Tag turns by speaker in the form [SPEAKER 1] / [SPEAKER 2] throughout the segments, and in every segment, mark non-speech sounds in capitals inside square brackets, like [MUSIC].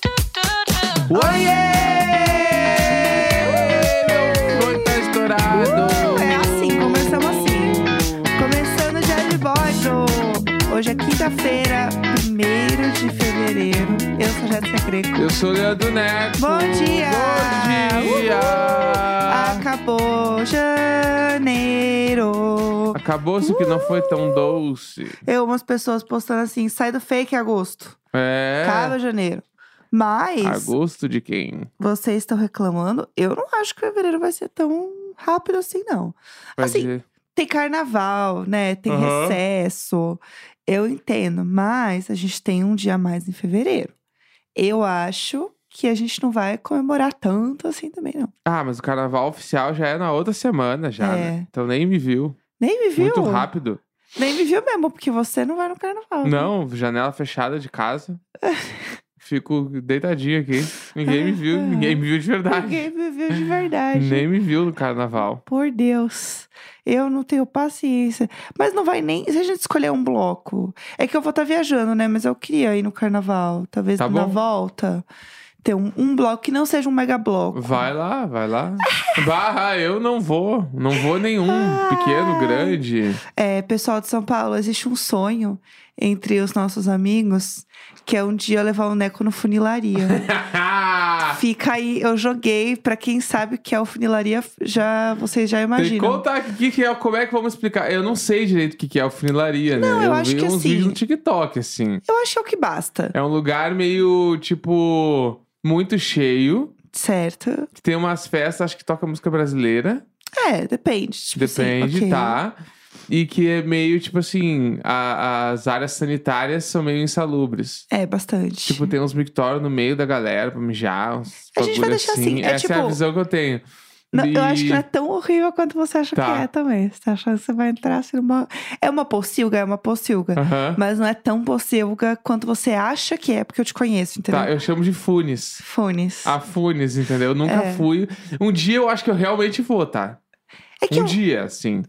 [SPEAKER 1] tá
[SPEAKER 2] Uh, é assim, Hoje é quinta-feira, 1 de fevereiro. Eu sou Jéssica Greco.
[SPEAKER 1] Eu sou o Leandro Neto.
[SPEAKER 2] Bom dia!
[SPEAKER 1] Bom dia!
[SPEAKER 2] Acabou janeiro.
[SPEAKER 1] Acabou-se que não foi tão doce.
[SPEAKER 2] Eu, umas pessoas postando assim: sai do fake, agosto.
[SPEAKER 1] É.
[SPEAKER 2] Acaba janeiro. Mas
[SPEAKER 1] a gosto de quem?
[SPEAKER 2] vocês estão reclamando. Eu não acho que fevereiro vai ser tão rápido assim, não.
[SPEAKER 1] Vai
[SPEAKER 2] Assim,
[SPEAKER 1] dizer.
[SPEAKER 2] tem carnaval, né? Tem
[SPEAKER 1] Aham.
[SPEAKER 2] recesso. Eu entendo, mas a gente tem um dia a mais em fevereiro. Eu acho que a gente não vai comemorar tanto assim também, não.
[SPEAKER 1] Ah, mas o carnaval oficial já é na outra semana, já,
[SPEAKER 2] É.
[SPEAKER 1] né? Então nem me viu.
[SPEAKER 2] Nem me viu.
[SPEAKER 1] Muito rápido.
[SPEAKER 2] Nem me viu mesmo, porque você não vai no carnaval. né?
[SPEAKER 1] Não, [LAUGHS] janela fechada de
[SPEAKER 2] [LAUGHS]
[SPEAKER 1] casa. Fico deitadinho aqui. Ninguém me viu, ninguém me viu de verdade.
[SPEAKER 2] Ah. Ninguém me viu de verdade.
[SPEAKER 1] Nem me viu no carnaval.
[SPEAKER 2] Por Deus, eu não tenho paciência. Mas não vai nem. Se a gente escolher um bloco. É que eu vou estar viajando, né? Mas eu queria ir no carnaval. Talvez
[SPEAKER 1] Tá
[SPEAKER 2] na
[SPEAKER 1] bom.
[SPEAKER 2] volta. Ter um, um bloco que não seja um mega bloco.
[SPEAKER 1] Vai lá, vai lá. Barra, eu não vou. Não vou nenhum. Pequeno,
[SPEAKER 2] Ai. [LAUGHS]
[SPEAKER 1] grande.
[SPEAKER 2] É, pessoal de São Paulo, existe um sonho entre os nossos amigos que é um dia eu levar o Neco no
[SPEAKER 1] [LAUGHS]
[SPEAKER 2] funilaria. Fica aí, eu joguei, pra quem sabe o que é o funilaria, já vocês já
[SPEAKER 1] Tem que
[SPEAKER 2] imaginam.
[SPEAKER 1] contar o que, que é, como é que vamos explicar. Eu não sei direito o que, que é o funilaria, né?
[SPEAKER 2] Não, eu acho
[SPEAKER 1] vi
[SPEAKER 2] que
[SPEAKER 1] uns
[SPEAKER 2] assim-
[SPEAKER 1] vídeos no TikTok, assim.
[SPEAKER 2] Eu acho que é o que basta,
[SPEAKER 1] É um lugar meio, tipo, muito cheio.
[SPEAKER 2] certo?
[SPEAKER 1] Que tem umas festas, acho que toca música brasileira.
[SPEAKER 2] É, depende. tipo assim,
[SPEAKER 1] depende,
[SPEAKER 2] ok.
[SPEAKER 1] tá? E que é meio, tipo assim, a- as áreas sanitárias são meio insalubres.
[SPEAKER 2] É, bastante.
[SPEAKER 1] Tipo, tem uns mictórios no meio da galera pra mijar, uns
[SPEAKER 2] A gente
[SPEAKER 1] bagulho
[SPEAKER 2] vai deixar assim, é
[SPEAKER 1] Essa é a
[SPEAKER 2] tipo-
[SPEAKER 1] visão que eu tenho.
[SPEAKER 2] Não, Eu acho que não é
[SPEAKER 1] E-
[SPEAKER 2] tão horrível quanto você acha
[SPEAKER 1] Tá.
[SPEAKER 2] que é também. Você tá achando que você vai entrar assim numa. É uma pocilga, é uma pocilga.
[SPEAKER 1] Aham.
[SPEAKER 2] Mas não é tão pocilga quanto você acha que é, porque eu te conheço, entendeu?
[SPEAKER 1] Tá, eu Ah, chamo de funes.
[SPEAKER 2] Fones.
[SPEAKER 1] A Funes, entendeu? Eu nunca
[SPEAKER 2] É.
[SPEAKER 1] fui. Um dia eu acho que eu realmente vou, tá?
[SPEAKER 2] é que
[SPEAKER 1] um
[SPEAKER 2] eu...
[SPEAKER 1] dia, assim.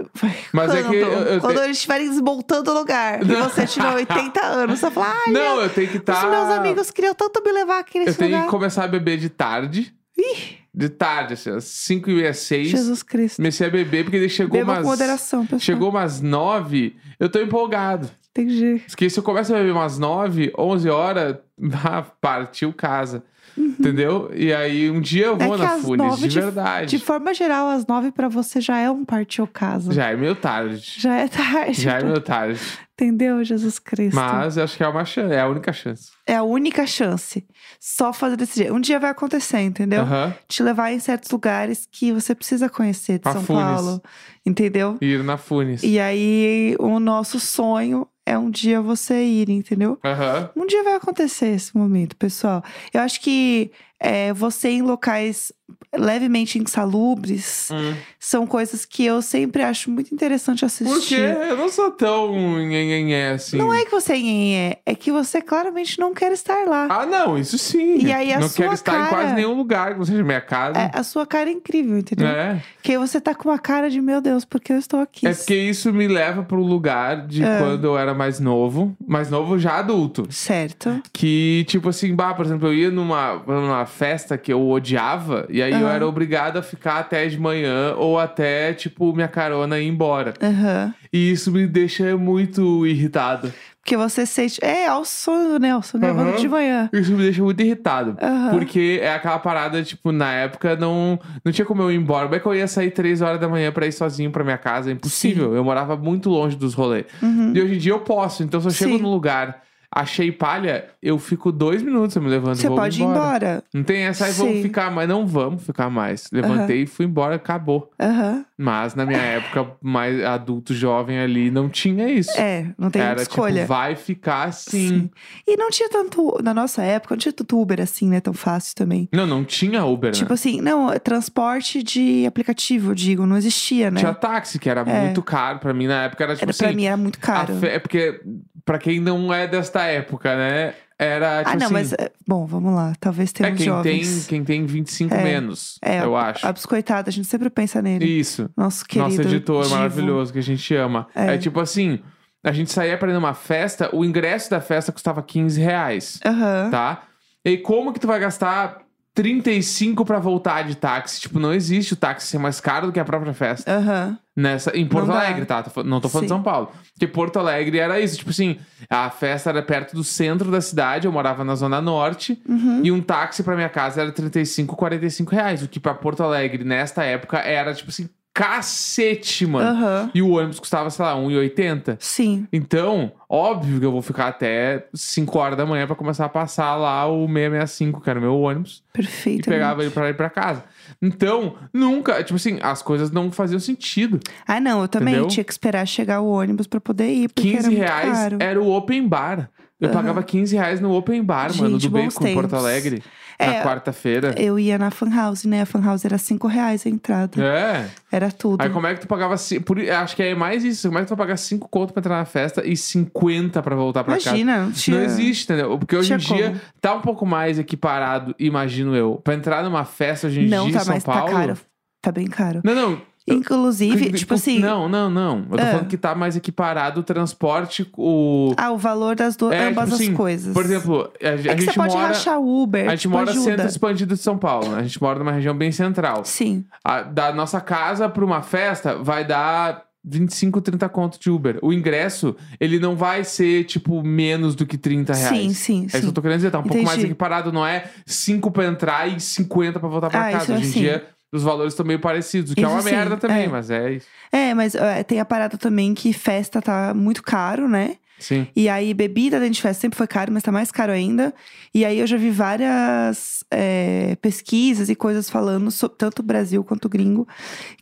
[SPEAKER 1] Mas
[SPEAKER 2] quando,
[SPEAKER 1] é que eu- eu
[SPEAKER 2] quando
[SPEAKER 1] te-
[SPEAKER 2] eles estiverem desmontando o lugar e
[SPEAKER 1] Não.
[SPEAKER 2] você tiver 80 anos, você fala,
[SPEAKER 1] [LAUGHS]
[SPEAKER 2] ai,
[SPEAKER 1] Não, eu tenho que estar.
[SPEAKER 2] os meus amigos queriam tanto me levar aqui
[SPEAKER 1] Eu
[SPEAKER 2] nesse
[SPEAKER 1] tenho que
[SPEAKER 2] lugar.
[SPEAKER 1] começar a beber de tarde.
[SPEAKER 2] Ih,
[SPEAKER 1] De tarde, assim, às 5 e meia, 6.
[SPEAKER 2] Jesus Cristo.
[SPEAKER 1] Comecei a beber, porque daí chegou
[SPEAKER 2] Beba com
[SPEAKER 1] umas.
[SPEAKER 2] moderação, pessoal.
[SPEAKER 1] Chegou umas 9, eu tô empolgado.
[SPEAKER 2] Entendi.
[SPEAKER 1] Porque se eu começo a beber umas 9, 11 horas, [LAUGHS] ah, partiu casa. Entendeu? E aí um dia eu
[SPEAKER 2] Uhum. É
[SPEAKER 1] vou
[SPEAKER 2] que
[SPEAKER 1] na
[SPEAKER 2] às
[SPEAKER 1] Funes, de,
[SPEAKER 2] nove de-
[SPEAKER 1] verdade.
[SPEAKER 2] De forma geral, às nove pra você já é um partiu casa.
[SPEAKER 1] Já é meio tarde.
[SPEAKER 2] Já é tarde.
[SPEAKER 1] Já é meio tarde.
[SPEAKER 2] Entendeu, Jesus Cristo?
[SPEAKER 1] Mas eu acho que é uma chance, é a única chance.
[SPEAKER 2] É a única chance. Só fazer desse jeito. Um dia vai acontecer, entendeu?
[SPEAKER 1] Aham.
[SPEAKER 2] Te levar em certos lugares que você precisa conhecer de
[SPEAKER 1] Pra
[SPEAKER 2] São
[SPEAKER 1] Funes.
[SPEAKER 2] Paulo. Entendeu?
[SPEAKER 1] Ir na Funes.
[SPEAKER 2] E aí, o nosso sonho é um dia você ir, entendeu?
[SPEAKER 1] Aham.
[SPEAKER 2] Um dia vai acontecer esse momento, pessoal. Eu acho que é, você em locais levemente insalubres
[SPEAKER 1] Hum.
[SPEAKER 2] são coisas que eu sempre acho muito
[SPEAKER 1] Porque
[SPEAKER 2] interessante assistir.
[SPEAKER 1] eu não sou tão nhenhenhé assim.
[SPEAKER 2] Não é que você é, é que você claramente não quer estar lá.
[SPEAKER 1] Ah, não, isso sim.
[SPEAKER 2] E aí a
[SPEAKER 1] não quero
[SPEAKER 2] sua
[SPEAKER 1] estar em
[SPEAKER 2] cara-
[SPEAKER 1] quase nenhum lugar que não seja minha casa.
[SPEAKER 2] É, a sua cara é incrível, entendeu?
[SPEAKER 1] Ah, É,
[SPEAKER 2] Porque aí você tá com uma cara de, meu Deus, porque eu estou aqui?
[SPEAKER 1] é porque isso me leva para um lugar de
[SPEAKER 2] Ah.
[SPEAKER 1] quando eu era mais novo, mais novo já adulto.
[SPEAKER 2] Certo.
[SPEAKER 1] Que, tipo assim, bah, por exemplo, eu ia numa, numa festa que eu odiava, e aí eu
[SPEAKER 2] Aham.
[SPEAKER 1] era obrigado a ficar até de manhã ou até, tipo, minha carona ir embora.
[SPEAKER 2] Aham.
[SPEAKER 1] E isso me deixa muito irritado.
[SPEAKER 2] Porque você sente. É, ao sono do Nelson, gravando
[SPEAKER 1] Aham.
[SPEAKER 2] é de manhã.
[SPEAKER 1] Isso me deixa muito irritado.
[SPEAKER 2] Aham.
[SPEAKER 1] Porque é aquela parada, tipo, na época não, não tinha como eu ir embora. Como é que eu ia sair três horas da manhã pra ir sozinho pra minha casa? É impossível. Eu morava muito longe dos rolês.
[SPEAKER 2] Uhum.
[SPEAKER 1] E hoje em dia eu posso. Então, se eu chego
[SPEAKER 2] Sim.
[SPEAKER 1] num lugar, achei palha, eu fico dois minutos, eu me levanto e
[SPEAKER 2] Você
[SPEAKER 1] vou
[SPEAKER 2] pode ir embora.
[SPEAKER 1] Não tem essa, aí vamos
[SPEAKER 2] Sim.
[SPEAKER 1] ficar mais. Não vamos ficar mais. Levantei e fui embora, acabou.
[SPEAKER 2] Aham.
[SPEAKER 1] Mas na minha época, mais adulto, jovem ali, não tinha isso.
[SPEAKER 2] É, não tem
[SPEAKER 1] Era
[SPEAKER 2] escolha.
[SPEAKER 1] tipo, vai ficar assim.
[SPEAKER 2] E não tinha tanto. Na nossa época, não tinha tanto Uber assim, né? Tão fácil também.
[SPEAKER 1] Não, não tinha Uber, né?
[SPEAKER 2] Tipo assim, não, é transporte de aplicativo, eu digo, não existia, né? É.
[SPEAKER 1] Tinha táxi, que era muito caro. Pra mim, na época, era tipo
[SPEAKER 2] Era, pra
[SPEAKER 1] assim...
[SPEAKER 2] mim era muito
[SPEAKER 1] a
[SPEAKER 2] caro.
[SPEAKER 1] fe- É porque, pra quem não é desta época, né? Era, tipo
[SPEAKER 2] ah, não,
[SPEAKER 1] assim...
[SPEAKER 2] mas. é, Bom, vamos lá. Talvez
[SPEAKER 1] É,
[SPEAKER 2] tenhamos
[SPEAKER 1] quem
[SPEAKER 2] jovens.
[SPEAKER 1] tem, quem tem 25 menos,
[SPEAKER 2] É,
[SPEAKER 1] eu acho.
[SPEAKER 2] A biscoitada, a gente sempre pensa nele.
[SPEAKER 1] Isso.
[SPEAKER 2] Nosso querido.
[SPEAKER 1] Nosso editor
[SPEAKER 2] divo.
[SPEAKER 1] maravilhoso, que a gente ama. É. tipo assim... A gente saía pra ir numa festa, o ingresso da festa custava 15 reais,
[SPEAKER 2] Aham.
[SPEAKER 1] tá? E como que tu vai gastar 35 pra voltar de táxi. Tipo, não existe o táxi ser mais caro do que a própria festa.
[SPEAKER 2] Aham.
[SPEAKER 1] Nessa, em Porto
[SPEAKER 2] Não dá.
[SPEAKER 1] Alegre, tá? Tô fa- Não tô falando de
[SPEAKER 2] Sim.
[SPEAKER 1] São Paulo. Porque Porto Alegre era isso. Tipo assim, a festa era perto do centro da cidade. Eu morava na Zona Norte.
[SPEAKER 2] Uhum.
[SPEAKER 1] E um táxi pra minha casa era 35, 45 reais. O que pra Porto Alegre, nesta época, era tipo assim, cacete, mano.
[SPEAKER 2] Aham.
[SPEAKER 1] E o ônibus custava, sei lá, 1,80.
[SPEAKER 2] Sim.
[SPEAKER 1] Então, óbvio que eu vou ficar até 5 horas da manhã pra começar a passar lá o 665, que era o meu ônibus, e
[SPEAKER 2] Perfeito.
[SPEAKER 1] pegava ele pra ir pra casa. Então, nunca, tipo assim, as coisas não faziam sentido.
[SPEAKER 2] Ah, não, eu também
[SPEAKER 1] Entendeu?
[SPEAKER 2] tinha que esperar chegar o ônibus pra poder ir, porque
[SPEAKER 1] 15
[SPEAKER 2] era muito
[SPEAKER 1] reais
[SPEAKER 2] caro.
[SPEAKER 1] era o open bar. Eu
[SPEAKER 2] Aham.
[SPEAKER 1] pagava 15 reais no open bar, mano, do
[SPEAKER 2] Gente, bons
[SPEAKER 1] Bacon, em Porto
[SPEAKER 2] tempos.
[SPEAKER 1] Alegre, na
[SPEAKER 2] É,
[SPEAKER 1] quarta-feira.
[SPEAKER 2] Eu ia na fan house, né? A fan house era 5 reais a entrada.
[SPEAKER 1] É.
[SPEAKER 2] Era tudo.
[SPEAKER 1] Aí como é que tu pagava. ci- Por, acho que é mais isso. Como é que tu vai pagar 5 conto pra entrar na festa e 50 pra voltar pra casa?
[SPEAKER 2] Imagina, tinha...
[SPEAKER 1] Não existe, entendeu? Porque hoje em
[SPEAKER 2] tinha
[SPEAKER 1] dia
[SPEAKER 2] como.
[SPEAKER 1] tá um pouco mais equiparado, imagino eu. Pra entrar numa festa hoje em
[SPEAKER 2] Não,
[SPEAKER 1] dia
[SPEAKER 2] tá,
[SPEAKER 1] em São
[SPEAKER 2] mas
[SPEAKER 1] Paulo.
[SPEAKER 2] tá caro. Tá bem caro.
[SPEAKER 1] Não, não.
[SPEAKER 2] Inclusive,
[SPEAKER 1] Que-
[SPEAKER 2] tipo
[SPEAKER 1] que-
[SPEAKER 2] assim,
[SPEAKER 1] Não, não, não. Eu tô
[SPEAKER 2] Ah.
[SPEAKER 1] falando que tá mais equiparado o transporte, o.
[SPEAKER 2] ah, o valor das duas,
[SPEAKER 1] É,
[SPEAKER 2] ambas
[SPEAKER 1] tipo assim,
[SPEAKER 2] as coisas.
[SPEAKER 1] Por exemplo, a, a
[SPEAKER 2] é que
[SPEAKER 1] gente
[SPEAKER 2] você pode
[SPEAKER 1] mora.
[SPEAKER 2] rachar Uber,
[SPEAKER 1] a gente
[SPEAKER 2] tipo,
[SPEAKER 1] mora
[SPEAKER 2] ajuda.
[SPEAKER 1] centro expandido de São Paulo. né? A gente mora numa região bem central.
[SPEAKER 2] Sim,
[SPEAKER 1] A- da nossa casa pra uma festa vai dar 25, 30 conto de Uber. O ingresso, ele não vai ser, tipo, menos do que 30 reais.
[SPEAKER 2] sim, sim,
[SPEAKER 1] É isso que
[SPEAKER 2] sim.
[SPEAKER 1] eu tô querendo dizer, tá um pouco mais
[SPEAKER 2] Entendi.
[SPEAKER 1] equiparado, não é 5 pra entrar e 50 pra voltar pra
[SPEAKER 2] Ah,
[SPEAKER 1] casa.
[SPEAKER 2] isso é
[SPEAKER 1] Hoje em
[SPEAKER 2] assim.
[SPEAKER 1] dia, os valores estão meio parecidos, o que é
[SPEAKER 2] Isso
[SPEAKER 1] uma
[SPEAKER 2] sim,
[SPEAKER 1] merda também,
[SPEAKER 2] é.
[SPEAKER 1] mas é isso.
[SPEAKER 2] É, mas é, tem a parada também que festa tá muito caro, né?
[SPEAKER 1] Sim.
[SPEAKER 2] E aí, bebida dentro de festa sempre foi caro, mas tá mais caro ainda. E aí, eu já vi várias é, pesquisas e coisas falando, so- tanto Brasil quanto gringo,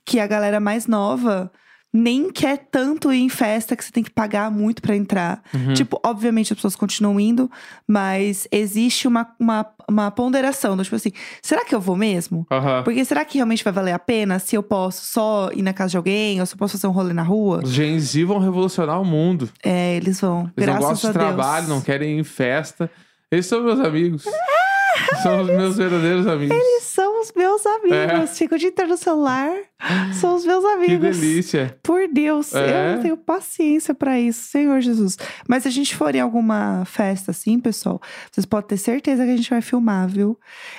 [SPEAKER 2] que a galera mais nova nem quer tanto ir em festa que você tem que pagar muito pra entrar.
[SPEAKER 1] Uhum.
[SPEAKER 2] Tipo, obviamente as pessoas continuam indo, mas existe uma, uma, uma ponderação do tipo assim: será que eu vou mesmo?
[SPEAKER 1] Aham.
[SPEAKER 2] Porque será que realmente vai valer a pena se eu posso só ir na casa de alguém ou se eu posso fazer um rolê na rua?
[SPEAKER 1] Os Gen Z vão revolucionar o mundo.
[SPEAKER 2] É, eles vão.
[SPEAKER 1] Eles
[SPEAKER 2] graças
[SPEAKER 1] não gostam
[SPEAKER 2] a
[SPEAKER 1] de trabalho,
[SPEAKER 2] Deus.
[SPEAKER 1] não querem ir em festa. Eles são meus amigos. são os meus verdadeiros amigos.
[SPEAKER 2] Ah! Eles são os meus amigos. Fico o dia inteiro no celular. São os meus
[SPEAKER 1] É. Que
[SPEAKER 2] amigos.
[SPEAKER 1] delícia.
[SPEAKER 2] Por Deus,
[SPEAKER 1] É.
[SPEAKER 2] eu não tenho paciência pra isso, Senhor Jesus. Mas se a gente for em alguma festa assim, pessoal, vocês podem ter certeza que a gente vai filmar, viu?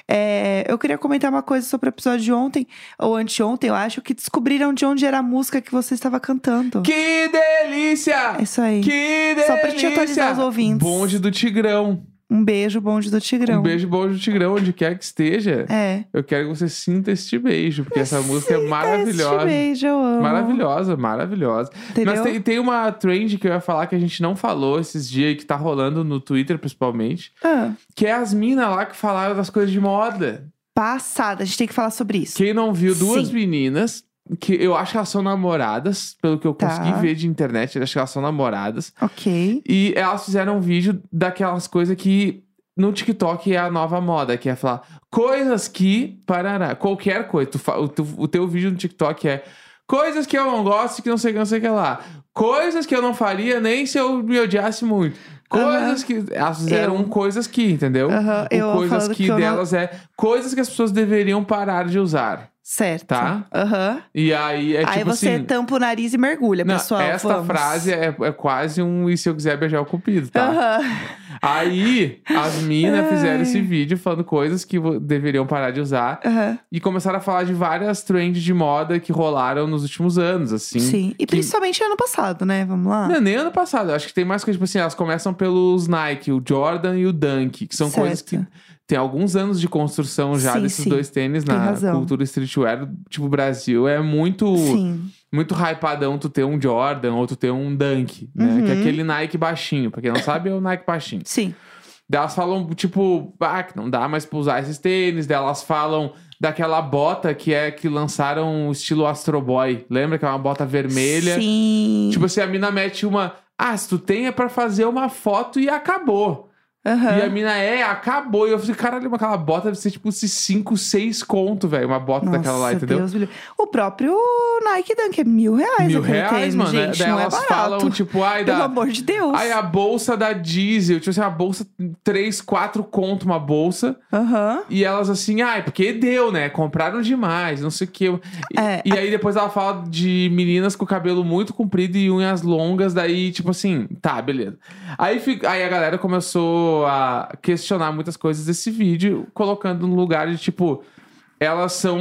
[SPEAKER 2] É, eu queria comentar uma coisa sobre o episódio de ontem, ou anteontem, eu acho, que descobriram de onde era a música que você estava cantando.
[SPEAKER 1] Que delícia!
[SPEAKER 2] É isso aí.
[SPEAKER 1] Que delícia!
[SPEAKER 2] Só pra te atualizar os ouvintes.
[SPEAKER 1] Bonde do Tigrão.
[SPEAKER 2] Um beijo, bonde do Tigrão.
[SPEAKER 1] Um beijo bonde do Tigrão, onde quer que esteja.
[SPEAKER 2] É.
[SPEAKER 1] Eu quero que você sinta este beijo, porque essa música é
[SPEAKER 2] Este
[SPEAKER 1] maravilhosa.
[SPEAKER 2] beijo, eu amo.
[SPEAKER 1] Maravilhosa, maravilhosa.
[SPEAKER 2] Entendeu?
[SPEAKER 1] Mas tem, tem uma trend que eu ia falar que a gente não falou esses dias e que tá rolando no Twitter, principalmente,
[SPEAKER 2] Ah,
[SPEAKER 1] que é as minas lá que falaram das coisas de moda.
[SPEAKER 2] passada, a gente tem que falar sobre isso.
[SPEAKER 1] Quem não viu, duas
[SPEAKER 2] Sim.
[SPEAKER 1] meninas, que eu acho que elas são namoradas, pelo que eu
[SPEAKER 2] Tá.
[SPEAKER 1] consegui ver de internet, eu acho que elas são namoradas.
[SPEAKER 2] Ok.
[SPEAKER 1] E elas fizeram um vídeo daquelas coisas que no TikTok é a nova moda, que é falar coisas que. Parará, qualquer coisa. Tu fa- o, tu- o teu vídeo no TikTok é coisas que eu não gosto, que não sei o que, não sei o que lá. Coisas que eu não faria nem se eu me odiasse muito. Coisas que. Elas fizeram
[SPEAKER 2] Eu.
[SPEAKER 1] um coisas que, entendeu?
[SPEAKER 2] Aham,
[SPEAKER 1] O
[SPEAKER 2] eu
[SPEAKER 1] coisas
[SPEAKER 2] falando
[SPEAKER 1] que,
[SPEAKER 2] que eu não-
[SPEAKER 1] delas é coisas que as pessoas deveriam parar de usar.
[SPEAKER 2] Certo.
[SPEAKER 1] Tá?
[SPEAKER 2] Aham.
[SPEAKER 1] E aí é tipo
[SPEAKER 2] Aí você
[SPEAKER 1] assim.
[SPEAKER 2] tampa o nariz e mergulha,
[SPEAKER 1] Não,
[SPEAKER 2] pessoal.
[SPEAKER 1] esta
[SPEAKER 2] vamos.
[SPEAKER 1] frase é, é quase um e se eu quiser beijar o cupido, tá?
[SPEAKER 2] Aham.
[SPEAKER 1] Aí, as minas
[SPEAKER 2] Ai.
[SPEAKER 1] fizeram esse vídeo falando coisas que vo- deveriam parar de usar.
[SPEAKER 2] aham.
[SPEAKER 1] E começaram a falar de várias trends de moda que rolaram nos últimos anos, assim.
[SPEAKER 2] Sim. E principalmente ano passado, né? Vamos lá.
[SPEAKER 1] Não, nem ano passado. eu Acho que tem mais coisas, tipo assim, elas começam pelos Nike, o Jordan e o Dunk. Que são
[SPEAKER 2] Certo.
[SPEAKER 1] coisas que tem alguns anos de construção já
[SPEAKER 2] Sim,
[SPEAKER 1] desses
[SPEAKER 2] sim.
[SPEAKER 1] dois tênis
[SPEAKER 2] Tem
[SPEAKER 1] na
[SPEAKER 2] razão.
[SPEAKER 1] cultura streetwear. Tipo, o Brasil é muito
[SPEAKER 2] Sim.
[SPEAKER 1] muito hypadão tu ter um Jordan ou tu ter um Dunk, né? Que é
[SPEAKER 2] Uhum.
[SPEAKER 1] aquele Nike baixinho. Pra quem não sabe, é o Nike baixinho.
[SPEAKER 2] Sim.
[SPEAKER 1] Daí elas falam, tipo, ah, que não dá mais pra usar esses tênis. Daí elas falam daquela bota que é que lançaram o estilo Astro Boy. Lembra que é uma bota vermelha?
[SPEAKER 2] Sim.
[SPEAKER 1] Tipo assim, a mina mete uma. Ah, se tu tem é pra fazer uma foto e acabou.
[SPEAKER 2] Aham.
[SPEAKER 1] E a mina é, acabou. E eu falei, caralho, mas aquela bota deve ser tipo esses 5, 6 conto, velho. Uma bota
[SPEAKER 2] Nossa,
[SPEAKER 1] daquela lá, entendeu?
[SPEAKER 2] Deus me livre. o próprio Nike Dunk é mil reais.
[SPEAKER 1] Mil
[SPEAKER 2] aquele
[SPEAKER 1] reais,
[SPEAKER 2] tênis,
[SPEAKER 1] mano. né?
[SPEAKER 2] Gente,
[SPEAKER 1] Daí
[SPEAKER 2] não é
[SPEAKER 1] elas
[SPEAKER 2] barato.
[SPEAKER 1] falam, tipo, ai,
[SPEAKER 2] Pelo
[SPEAKER 1] da,
[SPEAKER 2] amor de Deus.
[SPEAKER 1] ai, a bolsa da diesel. Tipo assim, a bolsa, 3, 4 conto uma bolsa.
[SPEAKER 2] Aham.
[SPEAKER 1] E elas assim, ah, é porque deu, né? Compraram demais, não sei o que. E,
[SPEAKER 2] É,
[SPEAKER 1] e aí depois ela fala de meninas com cabelo muito comprido e unhas longas, daí, tipo assim, tá, beleza. Aí, fi- aí a galera começou começou a questionar muitas coisas desse vídeo, colocando no lugar de tipo. Elas são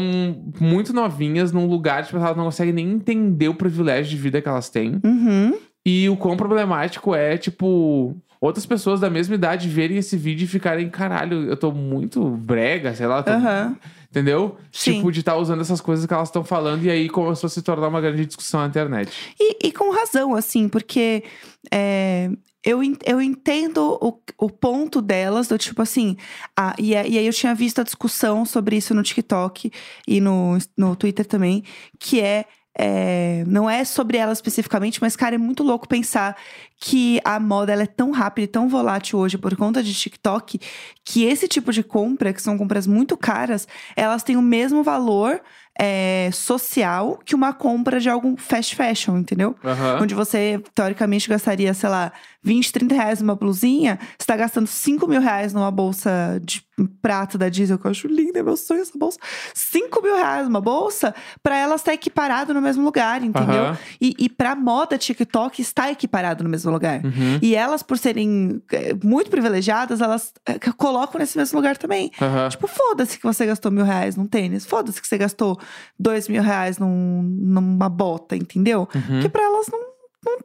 [SPEAKER 1] muito novinhas num lugar, tipo, elas não conseguem nem entender o privilégio de vida que elas têm.
[SPEAKER 2] Uhum.
[SPEAKER 1] E o quão problemático é, tipo, outras pessoas da mesma idade verem esse vídeo e ficarem, caralho, eu tô muito brega, sei lá, tô-
[SPEAKER 2] Aham.
[SPEAKER 1] entendeu?
[SPEAKER 2] Sim.
[SPEAKER 1] Tipo, de estar usando essas coisas que elas estão falando e aí começou a se tornar uma grande discussão na internet.
[SPEAKER 2] E, e com razão, assim, porque é, eu, en- eu entendo o, o ponto delas, do tipo assim. a- e, a- e aí eu tinha visto a discussão sobre isso no TikTok e no, no Twitter também, que é. é, não é sobre ela especificamente, mas, cara, é muito louco pensar que a moda ela é tão rápida e tão volátil hoje por conta de TikTok que esse tipo de compra, que são compras muito caras, elas têm o mesmo valor é, social que uma compra de algum fast fashion, entendeu?
[SPEAKER 1] Aham.
[SPEAKER 2] Onde você, teoricamente, gastaria, sei lá, 20, 30 reais numa blusinha, você tá gastando 5 mil reais numa bolsa de prata da Diesel, que eu acho linda, é meu sonho essa bolsa. 5 mil reais numa bolsa, pra ela estar equiparado no mesmo lugar, entendeu?
[SPEAKER 1] Aham.
[SPEAKER 2] E, e pra moda TikTok está equiparado no mesmo lugar.
[SPEAKER 1] Uhum.
[SPEAKER 2] E elas, por serem eh, muito privilegiadas, elas eh, colocam nesse mesmo lugar também.
[SPEAKER 1] Aham.
[SPEAKER 2] Tipo, foda-se que você gastou mil reais num tênis. Foda-se que você gastou dois mil reais num- numa bota, entendeu?
[SPEAKER 1] Uhum.
[SPEAKER 2] Porque pra elas não, não-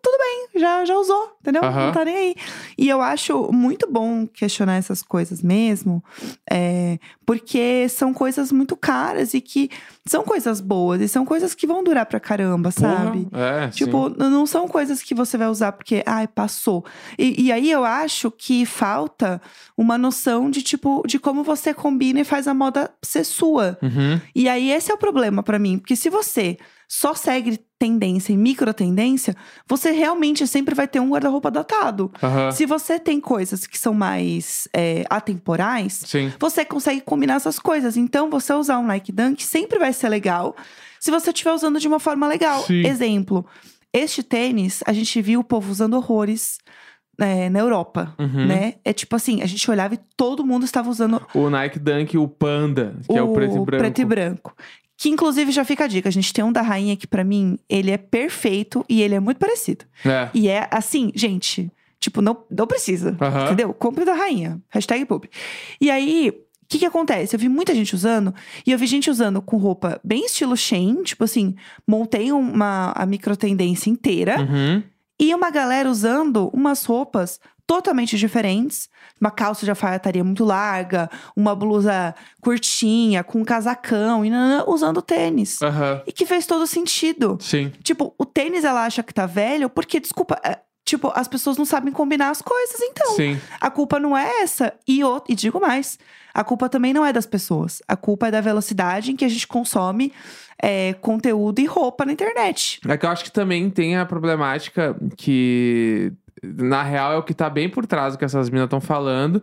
[SPEAKER 2] Tudo bem, já, já usou, entendeu?
[SPEAKER 1] Aham.
[SPEAKER 2] Não tá nem aí. E eu acho muito bom questionar essas coisas mesmo, é, porque são coisas muito caras e que são coisas boas e são coisas que vão durar pra caramba, sabe?
[SPEAKER 1] Porra. É, sim.
[SPEAKER 2] Tipo, n- não são coisas que você vai usar porque, ai, passou. E, e aí eu acho que falta uma noção de tipo de como você combina e faz a moda ser sua.
[SPEAKER 1] Uhum.
[SPEAKER 2] E aí esse é o problema pra mim, porque se você só segue tendência e micro tendência, você realmente sempre vai ter um guarda-roupa datado.
[SPEAKER 1] Aham.
[SPEAKER 2] Se você tem coisas que são mais é, atemporais,
[SPEAKER 1] Sim.
[SPEAKER 2] você consegue combinar essas coisas. Então, você usar um Nike Dunk sempre vai ser legal se você estiver usando de uma forma legal.
[SPEAKER 1] Sim.
[SPEAKER 2] Exemplo, este tênis, a gente viu o povo usando horrores né, na Europa,
[SPEAKER 1] Uhum.
[SPEAKER 2] né? É tipo assim, a gente olhava e todo mundo estava usando
[SPEAKER 1] O Nike Dunk, o Panda, que é o preto e branco.
[SPEAKER 2] preto e branco. Que, inclusive, já fica a dica. A gente tem um da rainha que, pra mim, ele é perfeito e ele é muito parecido.
[SPEAKER 1] É.
[SPEAKER 2] E é assim, gente, tipo, não, não precisa.
[SPEAKER 1] Aham.
[SPEAKER 2] Entendeu? Compre da rainha. Hashtag pub. E aí, o que que acontece? Eu vi muita gente usando, e eu vi gente usando com roupa bem estilo Shein, tipo assim, montei uma a micro tendência inteira,
[SPEAKER 1] Uhum.
[SPEAKER 2] e uma galera usando umas roupas totalmente diferentes. Uma calça de alfaiataria muito larga, uma blusa curtinha, com um casacão, e nananã, usando tênis.
[SPEAKER 1] Aham.
[SPEAKER 2] E que fez todo sentido.
[SPEAKER 1] Sim.
[SPEAKER 2] Tipo, o tênis ela acha que tá velho porque, desculpa, é, tipo, as pessoas não sabem combinar as coisas, então.
[SPEAKER 1] Sim.
[SPEAKER 2] A culpa não é essa. E, o- e digo mais, a culpa também não é das pessoas. A culpa é da velocidade em que a gente consome é, conteúdo e roupa na internet.
[SPEAKER 1] É que eu acho que também tem a problemática que, na real, é o que tá bem por trás do que essas minas estão falando,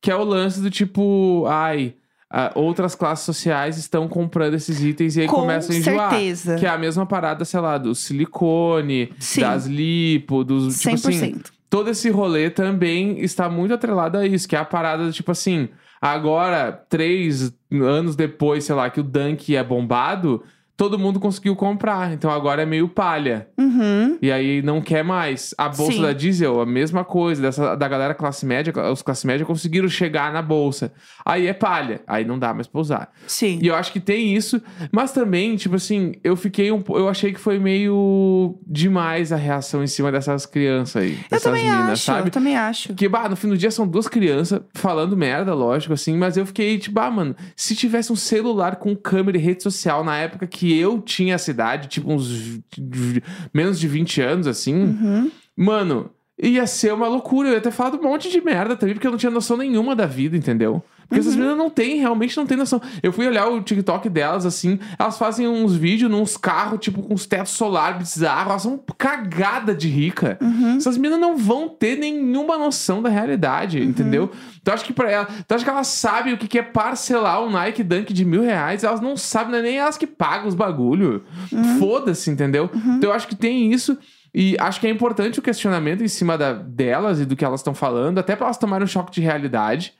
[SPEAKER 1] que é o lance do tipo, ai, ah, outras classes sociais estão comprando esses itens e aí
[SPEAKER 2] Com
[SPEAKER 1] começam a enjoar.
[SPEAKER 2] certeza.
[SPEAKER 1] Que é a mesma parada, sei lá, do silicone,
[SPEAKER 2] Sim.
[SPEAKER 1] das lipo, dos. Tipo assim,
[SPEAKER 2] 100%.
[SPEAKER 1] todo esse rolê também está muito atrelado a isso, que é a parada do tipo assim, agora, três anos depois, sei lá, que o Dunk é bombado, todo mundo conseguiu comprar. Então agora é meio palha.
[SPEAKER 2] Uhum.
[SPEAKER 1] E aí não quer mais. A bolsa
[SPEAKER 2] Sim.
[SPEAKER 1] da Diesel, a mesma coisa, dessa, da galera classe média, os classe média conseguiram chegar na bolsa. Aí é palha, aí não dá mais pra usar.
[SPEAKER 2] Sim.
[SPEAKER 1] E eu acho que tem isso, mas também, tipo assim, eu fiquei um po- Eu achei que foi meio demais a reação em cima dessas crianças aí.
[SPEAKER 2] Eu
[SPEAKER 1] dessas
[SPEAKER 2] também
[SPEAKER 1] minas,
[SPEAKER 2] acho,
[SPEAKER 1] sabe?
[SPEAKER 2] eu também acho.
[SPEAKER 1] Porque, bah, no fim do dia são duas crianças falando merda, lógico, assim, mas eu fiquei tipo, ah, mano, se tivesse um celular com câmera e rede social na época que eu tinha a cidade, tipo, uns vi- vi- menos de 20 anos, assim,
[SPEAKER 2] Uhum.
[SPEAKER 1] mano, ia ser uma loucura. Eu ia ter falado um monte de merda também, porque eu não tinha noção nenhuma da vida, entendeu? Porque
[SPEAKER 2] Uhum.
[SPEAKER 1] essas meninas não têm, realmente não têm noção. Eu fui olhar o TikTok delas, assim, elas fazem uns vídeos nos carros, tipo, com os tetos solar bizarros, elas são cagada de rica. Essas meninas não vão ter nenhuma noção da realidade, entendeu? Tu acha que para ela, tu acha que elas sabem o que que é parcelar um Nike Dunk de mil reais? Elas não sabem, não é nem elas que pagam os bagulho. Foda-se, entendeu? Então eu acho que tem isso. E acho que é importante o questionamento em cima da- delas e do que elas estão falando, até para elas tomarem um choque de realidade.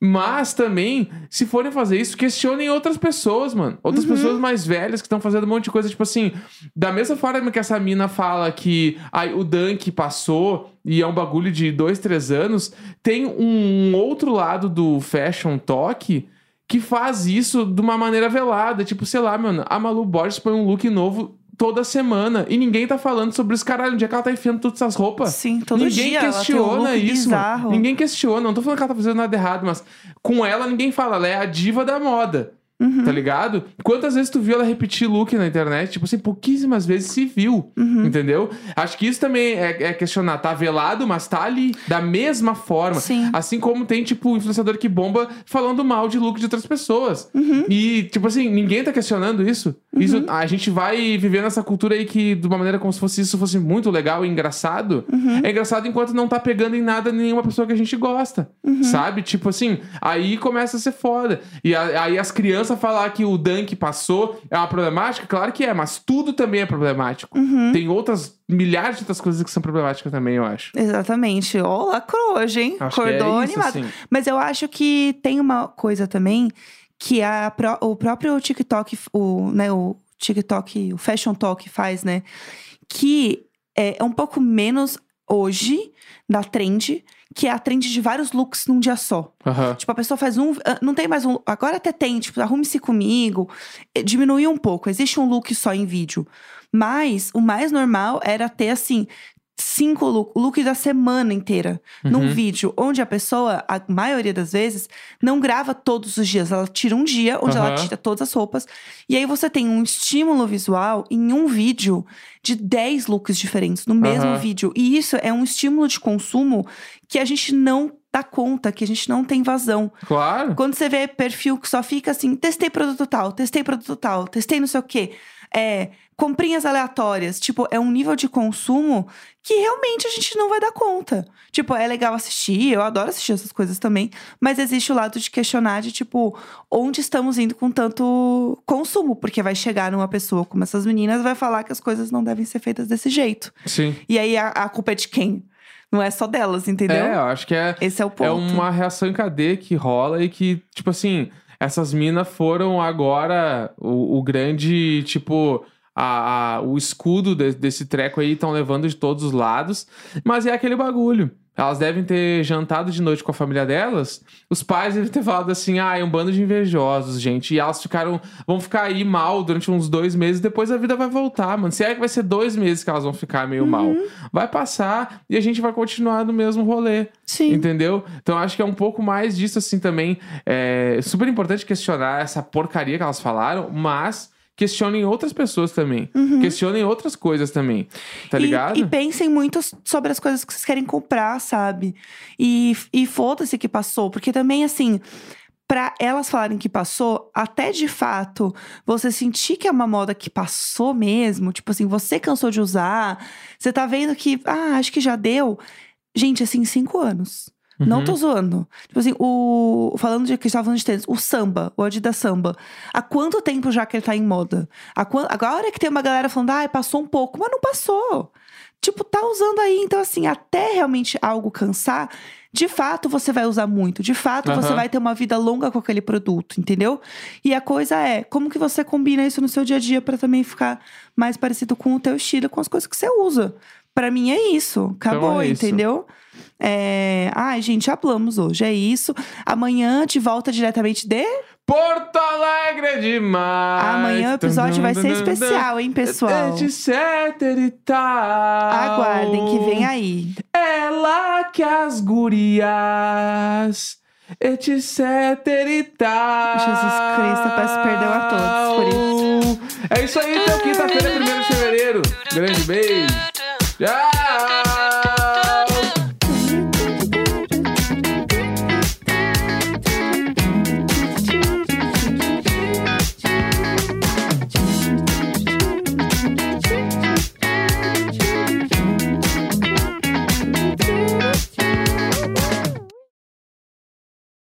[SPEAKER 1] Mas também, se forem fazer isso, questionem outras pessoas, mano. Outras pessoas mais velhas que estão fazendo um monte de coisa, tipo assim, da mesma forma que essa mina fala que ai, o Dunk passou e é um bagulho de dois, três anos, tem um outro lado do fashion talk que faz isso de uma maneira velada. Tipo, sei lá, mano, a Malu Borges põe um look novo toda semana e ninguém tá falando sobre os caralho, onde é que ela tá enfiando todas essas roupas?
[SPEAKER 2] Sim, todo
[SPEAKER 1] ninguém
[SPEAKER 2] dia ela tem um
[SPEAKER 1] questiona isso.
[SPEAKER 2] look
[SPEAKER 1] mano.
[SPEAKER 2] bizarro.
[SPEAKER 1] Ninguém questiona. Não tô falando que ela tá fazendo nada errado, mas com ela ninguém fala. Ela é a diva da moda.
[SPEAKER 2] Uhum.
[SPEAKER 1] Tá ligado? Quantas vezes tu viu ela repetir look na internet? Tipo assim, pouquíssimas vezes se viu.
[SPEAKER 2] Uhum.
[SPEAKER 1] Entendeu? Acho que isso também é, é questionar. Tá velado, mas tá ali. Da mesma forma.
[SPEAKER 2] Sim.
[SPEAKER 1] Assim como tem, tipo, influenciador que bomba falando mal de look de outras pessoas.
[SPEAKER 2] Uhum.
[SPEAKER 1] E, tipo assim, ninguém tá questionando isso. isso. A gente vai vivendo essa cultura aí que, de uma maneira como se fosse isso fosse muito legal e engraçado.
[SPEAKER 2] Uhum.
[SPEAKER 1] É engraçado enquanto não tá pegando em nada nenhuma pessoa que a gente gosta.
[SPEAKER 2] Uhum.
[SPEAKER 1] Sabe? Tipo assim, aí começa a ser foda. E a- aí as crianças falar que o Dunk passou é uma problemática, claro que é, mas tudo também é problemático.
[SPEAKER 2] Uhum, Hum.
[SPEAKER 1] Tem outras milhares de outras coisas que são problemáticas também, eu acho.
[SPEAKER 2] Exatamente. Ó, lacrou hoje, hein?
[SPEAKER 1] Acho que é
[SPEAKER 2] Acordou
[SPEAKER 1] isso,
[SPEAKER 2] animado.
[SPEAKER 1] assim.
[SPEAKER 2] Mas eu acho que tem uma coisa também que a, pró- o próprio TikTok, o, né, o TikTok, o Fashion Talk faz, né? Que é um pouco menos hoje da trend, que é a trend de vários looks num dia só.
[SPEAKER 1] Aham.
[SPEAKER 2] Tipo, a pessoa faz um. ah, Não tem mais um. Agora até tem, tipo, arrume-se comigo. Eh, Diminuiu um pouco. Existe um look só em vídeo. Mas o mais normal era ter, assim, cinco looks. O look da semana inteira. Num
[SPEAKER 1] Uhum.
[SPEAKER 2] vídeo. Onde a pessoa, a maioria das vezes, não grava todos os dias. Ela tira um dia, onde ela
[SPEAKER 1] Aham.
[SPEAKER 2] tira todas as roupas. E aí você tem um estímulo visual em um vídeo de 10 looks diferentes no mesmo
[SPEAKER 1] Aham.
[SPEAKER 2] vídeo. E isso é um estímulo de consumo que a gente não dá conta, que a gente não tem vazão.
[SPEAKER 1] Claro.
[SPEAKER 2] Quando você vê perfil que só fica assim, testei produto tal, testei produto tal, testei não sei o quê. É, comprinhas aleatórias. Tipo, é um nível de consumo que realmente a gente não vai dar conta. Tipo, é legal assistir, eu adoro assistir essas coisas também. Mas existe o lado de questionar de, tipo, onde estamos indo com tanto consumo? Porque vai chegar numa pessoa como essas meninas e vai falar que as coisas não devem ser feitas desse jeito.
[SPEAKER 1] Sim.
[SPEAKER 2] E aí a, a culpa é de quem? Não é só delas, entendeu?
[SPEAKER 1] É, eu acho que é.
[SPEAKER 2] Esse é o ponto.
[SPEAKER 1] É uma reação em cadeia que rola e que, tipo assim, essas minas foram agora o, o grande, tipo, a, a- o escudo de- desse treco aí, estão levando de todos os lados. Mas é aquele bagulho. Elas devem ter jantado de noite com a família delas. Os pais devem ter falado assim: ah, é um bando de invejosos, gente. E elas ficaram. Vão ficar aí mal durante uns dois meses. Depois a vida vai voltar, mano. Se é que vai ser dois meses que elas vão ficar
[SPEAKER 2] Uhum.
[SPEAKER 1] meio mal. Vai passar e a gente vai continuar no mesmo rolê.
[SPEAKER 2] Sim.
[SPEAKER 1] Entendeu? Então acho que é um pouco mais disso assim também. É super importante questionar essa porcaria que elas falaram, mas questionem outras pessoas também. Questionem outras coisas também. Tá
[SPEAKER 2] Uhum. E-
[SPEAKER 1] ligado?
[SPEAKER 2] E, pensem muito sobre as coisas que vocês querem comprar, sabe? E, e foda-se que passou, porque também, assim, pra elas falarem que passou, até de fato, você sentir que é uma moda que passou mesmo, tipo assim, você cansou de usar, você tá vendo que, ah, acho que já deu. Gente, assim, cinco anos. Não
[SPEAKER 1] Uhum.
[SPEAKER 2] tô zoando. Tipo assim, o. Falando de que a gente tava falando de tênis, o samba, o Adidas Samba. Há quanto tempo já que ele tá em moda? Há quan- Agora é que tem uma galera falando, ah, passou um pouco, mas não passou. Tipo, tá usando aí. Então, assim, até realmente algo cansar, de fato você vai usar muito. De fato, você
[SPEAKER 1] Aham.
[SPEAKER 2] vai ter uma vida longa com aquele produto, entendeu? E a coisa é, como que você combina isso no seu dia a dia pra também ficar mais parecido com o teu estilo, com as coisas que você usa. Pra mim é isso. Acabou,
[SPEAKER 1] é isso.
[SPEAKER 2] entendeu? É... Ai, gente, já falamos hoje. É isso. Amanhã te volta diretamente de.
[SPEAKER 1] Porto Alegre é demais!
[SPEAKER 2] Amanhã o episódio vai ser
[SPEAKER 1] Dun, É, dun, dun,
[SPEAKER 2] especial, hein, pessoal?
[SPEAKER 1] Etc e tal.
[SPEAKER 2] Aguardem que vem aí.
[SPEAKER 1] É lá que as gurias, etc e tal.
[SPEAKER 2] Jesus Cristo, eu peço perdão a todos por
[SPEAKER 1] isso. É isso aí, então, quinta-feira, 1 de fevereiro. Grande beijo. Tchau! Ah.